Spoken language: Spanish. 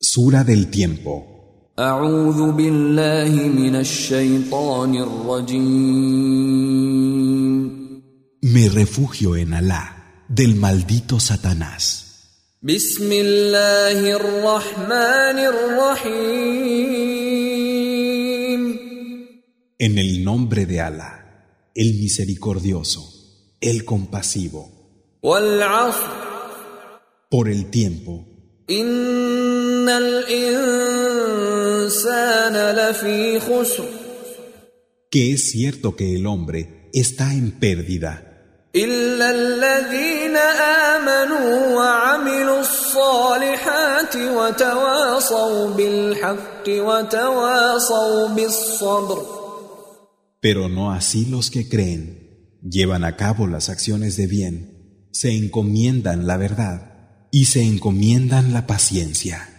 Sura del tiempo. أعوذ بالله من الشيطان الرجيم Me refugio en Alá, del maldito Satanás. بسم الله الرحمن الرحيم En el nombre de Alá, el misericordioso, el compasivo. والعصر Por el tiempo, إن الإنسان لفي خسر que es cierto que el hombre está en pérdida, إلا الذين آمنوا وعملوا الصالحات وتواصوا بالحق وتواصوا بالصبر pero no así los que creen, llevan a cabo las acciones de bien, se encomiendan la verdad y se encomiendan la paciencia.